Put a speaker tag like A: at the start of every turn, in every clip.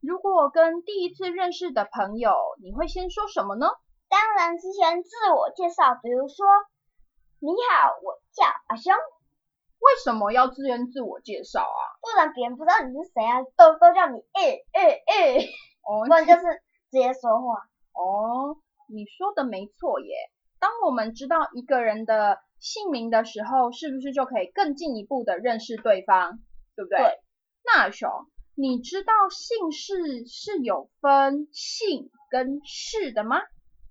A: 如果跟第一次认识的朋友，你会先说什么呢？
B: 当然之前自我介绍，比如说你好，我叫阿熊，
A: 为什么要自愿自我介绍啊？
B: 不然别人不知道你是谁啊，都都叫你诶诶诶，
A: 哦
B: 不然就是直接说话。
A: 哦，你说的没错耶。当我们知道一个人的姓名的时候，是不是就可以更进一步的认识对方，对不对？
B: 对
A: 那阿雄，你知道姓氏是有分姓跟氏的吗？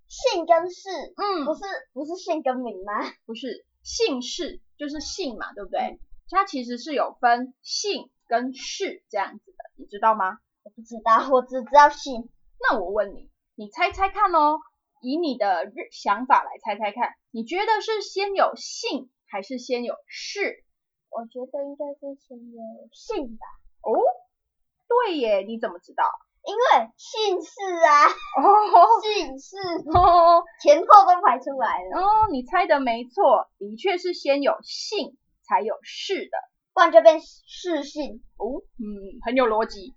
B: 姓跟氏，不
A: 嗯，
B: 是不是姓跟名吗？
A: 不是，姓氏就是姓嘛，对不对？
B: 嗯
A: 它其实是有分姓跟氏这样子的，你知道吗？
B: 我不知道，我只知道姓。
A: 那我问你，你猜猜看哦，以你的日想法来猜猜看，你觉得是先有姓还是先有氏？
B: 我觉得应该是先有姓吧，
A: 哦，对耶，你怎么知道？
B: 因为姓氏啊，
A: 哦
B: 姓氏
A: 哦
B: 前后都排出来了，
A: 哦，你猜的没错，的确是先有姓才有氏的。
B: 不然就变氏姓。
A: 哦，嗯，很有逻辑。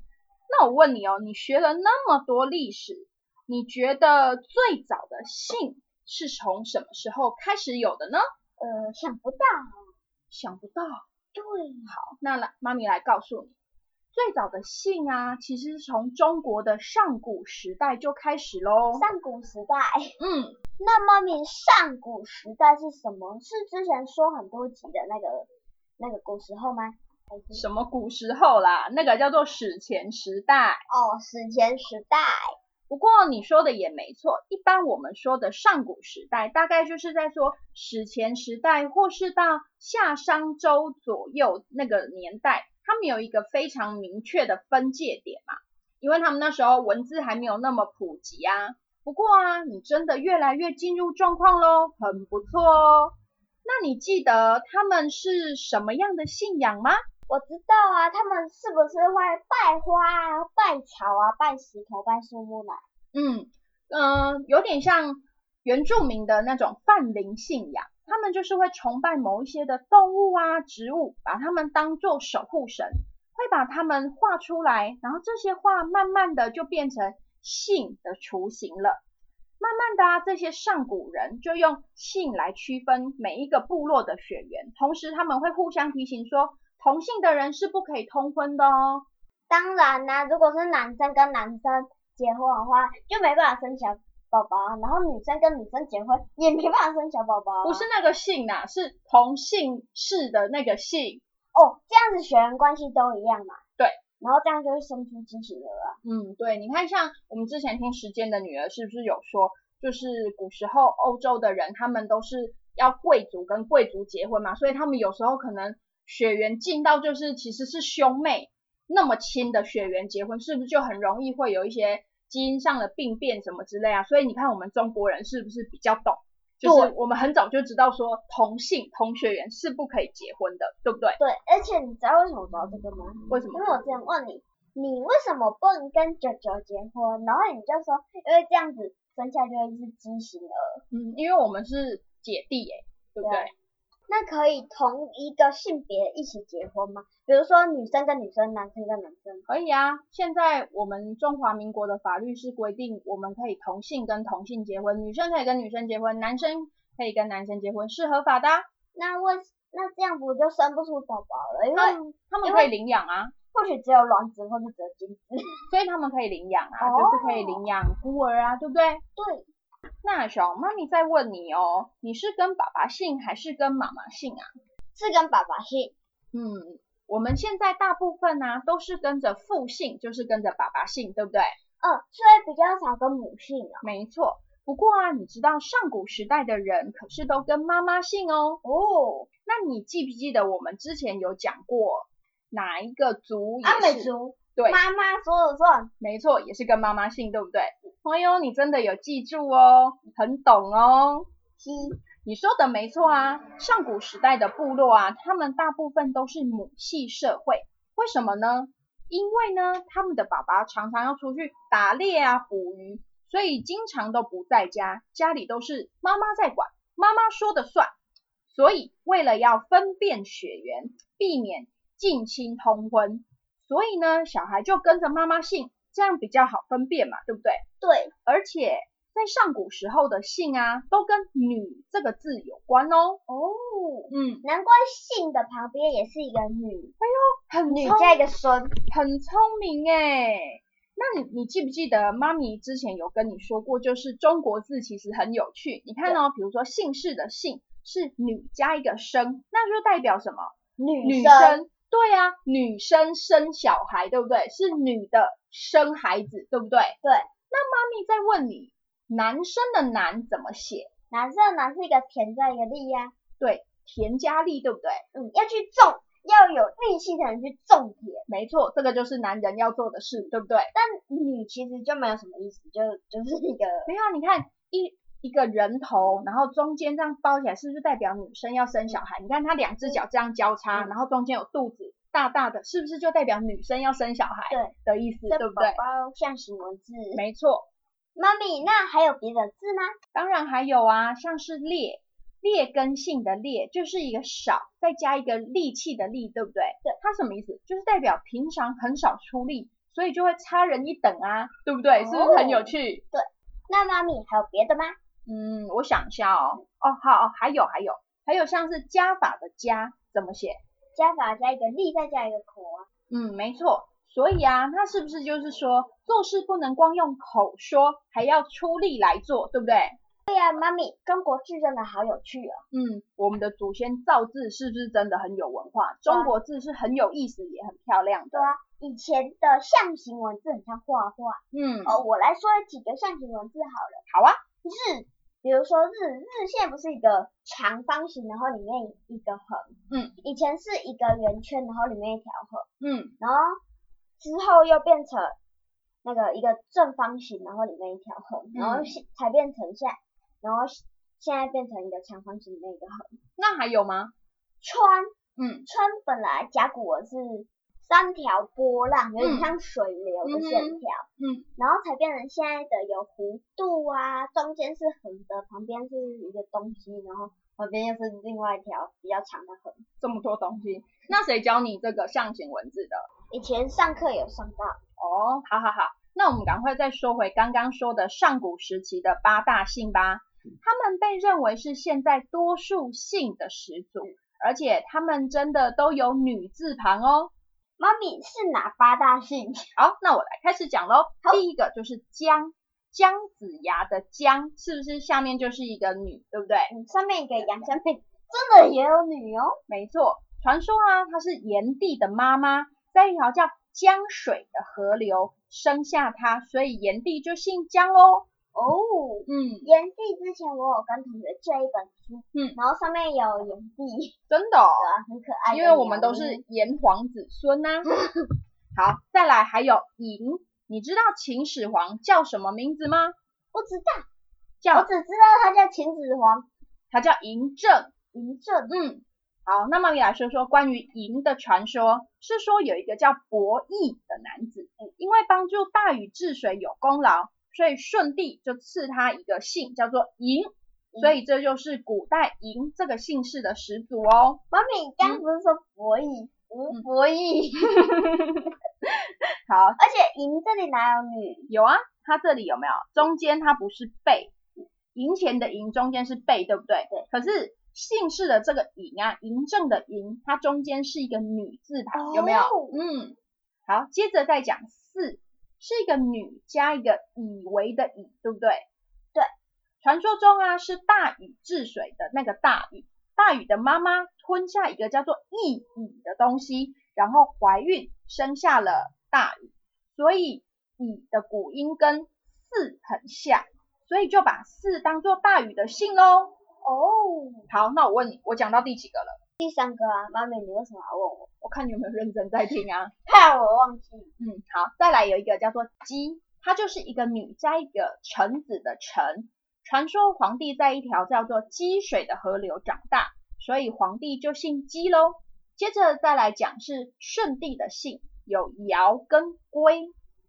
A: 那我问你哦，你学了那么多历史，你觉得最早的姓是从什么时候开始有的呢？
B: 呃，想不到，
A: 想不到。
B: 对，
A: 那来，妈咪来告诉你，最早的姓啊，其实是从中国的上古时代就开始喽。
B: 上古时代。
A: 嗯，
B: 那么你上古时代是什么？是之前说很多集的那个那个古时候吗？还是
A: 什么古时候啦？那个叫做史前时代。
B: 哦，史前时代。
A: 不过你说的也没错，一般我们说的上古时代，大概就是在说史前时代，或是到夏商周左右那个年代，他们有一个非常明确的分界点嘛，因为他们那时候文字还没有那么普及啊。不过啊，你真的越来越进入状况喽，很不错哦。那你记得他们是什么样的信仰吗？
B: 我知道啊，他们是不是会拜花啊、拜草啊、拜石头、拜树木呢？
A: 嗯嗯、呃有点像原住民的那种泛灵信仰，他们就是会崇拜某一些的动物啊、植物，把它们当做守护神，会把它们画出来，然后这些画慢慢的就变成姓的雏形了。慢慢的啊，这些上古人就用姓来区分每一个部落的血缘，同时他们会互相提醒说，同姓的人是不可以通婚的哦。
B: 当然啦、如果是男生跟男生结婚的话，就没办法生小宝宝啊；然后女生跟女生结婚也没办法生小宝宝、啊。
A: 不是那个姓呐、是同姓氏的那个姓。
B: 哦，这样子血缘关系都一样嘛？
A: 对。
B: 然后这样就会生出畸形儿啊。
A: 嗯，对，你看，像我们之前听《时间的女儿》，是不是有说，就是古时候欧洲的人，他们都是要贵族跟贵族结婚嘛，所以他们有时候可能血缘近到就是其实是兄妹那么亲的血缘结婚，是不是就很容易会有一些基因上的病变什么之类啊？所以你看，我们中国人是不是比较懂？就是
B: 对
A: 我们很早就知道说同性同血缘是不可以结婚的，对不对？
B: 对，而且你知道为什么我知道这个吗？
A: 为什
B: 因
A: 么
B: 为？我之前问你，你为什么不能跟九九结婚？然后你就说，因为这样子生下就会是畸形儿。
A: 嗯，因为我们是姐弟耶，对不
B: 对
A: 对？
B: 那可以同一个性别一起结婚吗？比如说女生跟女生，男生跟男生。
A: 可以啊，现在我们中华民国的法律是规定，我们可以同性跟同性结婚，女生可以跟女生结婚，男生可以跟男生结婚，是合法的啊、
B: 那为那这样不就生不出宝宝了？因
A: 嗯
B: 为、
A: 他们他们可以领养啊。
B: 或许只有卵子或者只有精子。
A: 所以他们可以领养啊，
B: 哦
A: 就是可以领养孤儿啊，对不对？
B: 对，
A: 那熊妈咪再问你哦，你是跟爸爸姓还是跟妈妈姓啊？
B: 是跟爸爸姓。
A: 嗯，我们现在大部分呢、都是跟着父姓，就是跟着爸爸姓，对不对？
B: 嗯，所以比较少跟母姓啊。
A: 没错。不过啊，你知道上古时代的人可是都跟妈妈姓哦。
B: 哦，
A: 那你记不记得我们之前有讲过哪一个族也
B: 阿啊美
A: 是？
B: 族
A: 对，
B: 妈妈说了算。
A: 没错，也是跟妈妈姓，对不对？朋友，你真的有记住哦，很懂哦。
B: 西
A: 你说的没错啊，上古时代的部落啊，他们大部分都是母系社会，为什么呢？因为呢，他们的爸爸常常要出去打猎啊、捕鱼，所以经常都不在家，家里都是妈妈在管，妈妈说的算。所以为了要分辨血缘，避免近亲通婚，所以呢，小孩就跟着妈妈姓，这样比较好分辨嘛，对不对？
B: 对，
A: 而且在上古时候的姓啊，都跟“女”这个字有关哦。
B: 哦，
A: 嗯，
B: 难怪姓的旁边也是一个女，
A: 很
B: 女
A: 聪
B: 加一个孙。
A: 很聪明哎。那你你记不记得妈咪之前有跟你说过，就是中国字其实很有趣。你看哦，比如说姓氏的姓是女加一个生，那就代表什么？
B: 女
A: 女
B: 生，
A: 生。对啊，女生生小孩，对不对？是女的生孩子，对不对？
B: 对。
A: 那妈咪再问你，男生的男怎么写？
B: 男生的啊男是一个田加一个力呀、
A: 对，田加力，对不对？
B: 嗯，要去种，要有力气才能去种田。
A: 没错，这个就是男人要做的事，对不对？
B: 女其实就没有什么意思，就就是一个
A: 没有，你看一一个人头，然后中间这样包起来，是不是代表女生要生小孩？你看她两只脚这样交叉，
B: 嗯
A: 然后中间有肚子大大的，是不是就代表女生要生小孩
B: 对
A: 的意思，对
B: 跟
A: 不
B: 宝
A: 对？
B: 宝象形文字。
A: 没错，
B: 妈咪，那还有别的字吗？
A: 当然还有啊，像是劣。劣根性的劣就是一个少，再加一个力气的力，对不对？
B: 对，
A: 它什么意思？就是代表平常很少出力，所以就会差人一等啊，对不对？是不是很有
B: 哦
A: 趣？
B: 那妈咪还有别的吗？
A: 嗯，我想一下哦，哦，好，还有还有还有像是加法的加怎么写？
B: 加法加一个力，再加一个口啊。
A: 嗯，没错。所以啊，那是不是就是说做事不能光用口说，还要出力来做，对不对？
B: 对呀、妈咪，中国字真的好有趣哦。
A: 嗯，我们的祖先造字是不是真的很有文化？
B: 对啊
A: 中国字是很有意思，也很漂亮的
B: 对。啊，以前的象形文字很像画画。
A: 嗯，
B: 哦，我来说几个象形文字好
A: 好
B: 了。
A: 啊，
B: 日，比如说日，日线不是一个长方形，然后里面一个横。
A: 嗯，
B: 以前是一个圆圈，然后里面一条横。
A: 嗯，
B: 然后之后又变成那个一个正方形，然后里面一条横，然后
A: 嗯
B: 现才变成现在，然后现现在变成一个长方形里面一个横。
A: 那还有吗？
B: 川
A: 嗯
B: 川本来甲骨文是三条波浪，有点
A: 嗯
B: 像水流的
A: 嗯
B: 线
A: 哼
B: 条，
A: 嗯，
B: 然后才变成现在的有弧度啊，中间是横的，旁边是一个东西，然后旁边又是另外一条比较长的横。
A: 这么多东西，那谁教你这个象形文字的？
B: 以前上课有上到，
A: 哦，好好好，那我们赶快再说回刚刚说的上古时期的八大姓吧。
B: 嗯
A: 他们被认为是现在多数姓的始祖，而且他们真的都有女字旁哦。
B: 妈咪是哪八大姓？
A: 好，那我来开始讲喽
B: 好。
A: 第一个就是姜，姜子牙的姜，是不是下面就是一个女，对不对？
B: 嗯，上面一个羊，下面 真的也有女哦。
A: 没错，传说啊，她是炎帝的妈妈，在一条叫江水的河流生下她，所以炎帝就姓姜哦。
B: 哦，
A: 嗯，
B: 炎帝之前我有跟同学借一本书，
A: 嗯
B: 然后上面有炎帝，
A: 真的、哦。
B: 对 啊，很可爱的
A: 因
B: 鸟咪。
A: 为我们都是炎黄子孙 呐、好，再来还有嬴，你知道秦始皇叫什么名字吗？
B: 不知道，我
A: 叫
B: 只知道他叫秦始皇
A: 他叫嬴政。
B: 嬴政。
A: 嗯，好，那么也来说说关于嬴的传说，是说有一个叫伯益的男子，嗯因为帮助大禹治水有功劳，所以舜帝就赐他一个姓叫做嬴，
B: 嗯
A: 所以这就是古代嬴这个姓氏的始祖哦。
B: 妈咪，你刚不是说伯益？
A: 嗯
B: 吴伯 益，
A: 好，
B: 而且嬴这里哪有女？
A: 有啊，它这里有没有？中间它不是贝，银钱的银中间是贝，对不对？
B: 对。
A: 可是姓氏的这个嬴啊，嬴政的嬴，它中间是一个女字旁，有没有？
B: 哦
A: 嗯，好，接着再讲四，是一个女加一个以为的以，对不对？
B: 对，
A: 传说中啊是大禹治水的那个大禹，大禹的妈妈吞下一个叫做羿蚁的东西，然后怀孕生下了大禹，所以乙的古音跟四很像，所以就把四当做大禹的姓喽。
B: 哦，
A: 好，那我问你，我讲到第几个了？
B: 第三个啊，妈咪，你为什么要问我？
A: 我看你有没有认真在听啊？
B: 怕我忘记。
A: 嗯，好，再来有一个叫做姬，她就是一个女加一个臣子的臣。传说皇帝在一条叫做姬水的河流长大，所以皇帝就姓姬喽。接着再来讲是舜帝的姓，有尧跟龟。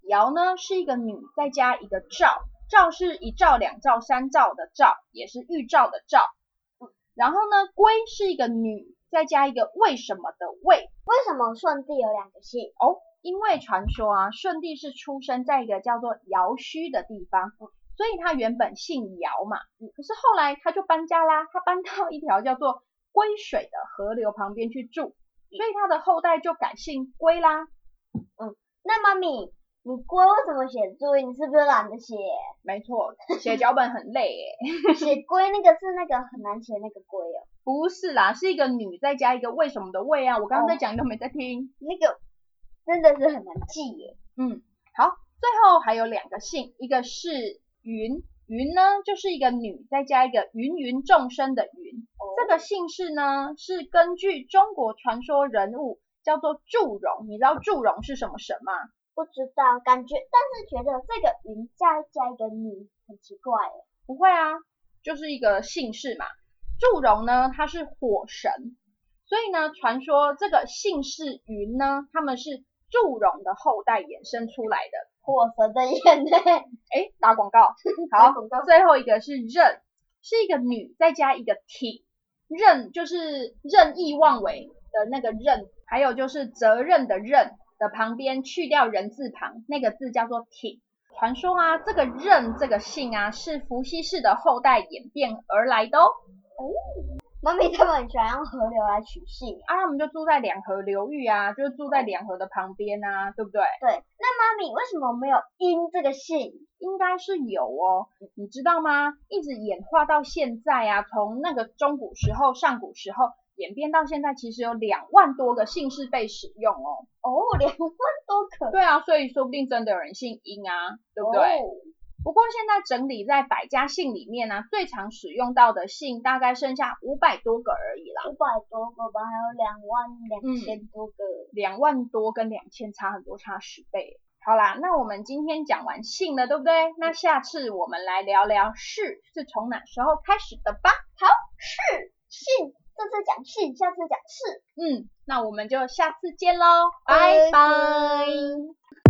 A: 尧呢是一个女，再加一个兆，兆是一兆、两兆、三兆的兆，也是预兆的兆。嗯然后呢，龟是一个女，再加一个为什么的为，
B: 为什么舜帝有两个姓？
A: 哦，因为传说啊，舜帝是出生在一个叫做尧墟的地方，所以他原本姓尧嘛。嗯可是后来他就搬家啦，他搬到一条叫做龟水的河流旁边去住，所以他的后代就改姓龟啦。
B: 那妈咪，你龟为什么写注音？你是不是懒得 写？
A: 没错，写脚本很累耶。
B: 写龟那个是那个很难写那个龟哦，
A: 不是啦，是一个女再加一个为什么的为啊，我刚刚在讲你都没在听。
B: 那个真的是很难记耶。
A: 嗯，好，最后还有两个姓，一个是云，云呢就是一个女，再加一个芸芸众生的云。这个姓氏呢是根据中国传说人物叫做祝融，你知道祝融是什么神吗？
B: 不知道，感觉但是觉得这个云再加一个女很奇怪耶。
A: 不会啊，就是一个姓氏嘛。祝融呢，他是火神，所以呢，传说这个姓氏云呢，他们是祝融的后代衍生出来的。
B: 火神的眼泪。
A: 诶，哎打广告，
B: 打
A: 好
B: 广告，
A: 最后一个是任，是一个女，再加一个体，任就是任意妄为的那个任，还有就是责任的任的旁边去掉人字旁，那个字叫做体。传说啊，这个任这个姓啊，是伏羲氏的后代演变而来的哦。
B: 妈咪他们很喜欢用河流来取姓耶。
A: 啊，他们就住在两河流域啊，就住在两河的旁边啊，对不对？
B: 对，那妈咪为什么没有音这个姓？
A: 应该是有哦，你知道吗？一直演化到现在啊，从那个中古时候、上古时候演变到现在，其实有两万多个姓氏被使用哦。
B: 哦，两万多个，
A: 对啊，所以说不定真的有人姓殷啊，对不对？
B: 哦
A: 不过现在整理在百家姓里面呢、啊，最常使用到的姓大概剩下五百多个而已啦。
B: 五百多个吧，还有两万两千多个。
A: 两万多跟两千差很多，差十倍。好啦，那我们今天讲完姓了，对不对？那下次我们来聊聊氏是从哪时候开始的吧。
B: 是姓，这次讲姓，下次讲氏。
A: 嗯，那我们就下次见喽，拜
B: 拜
A: 拜。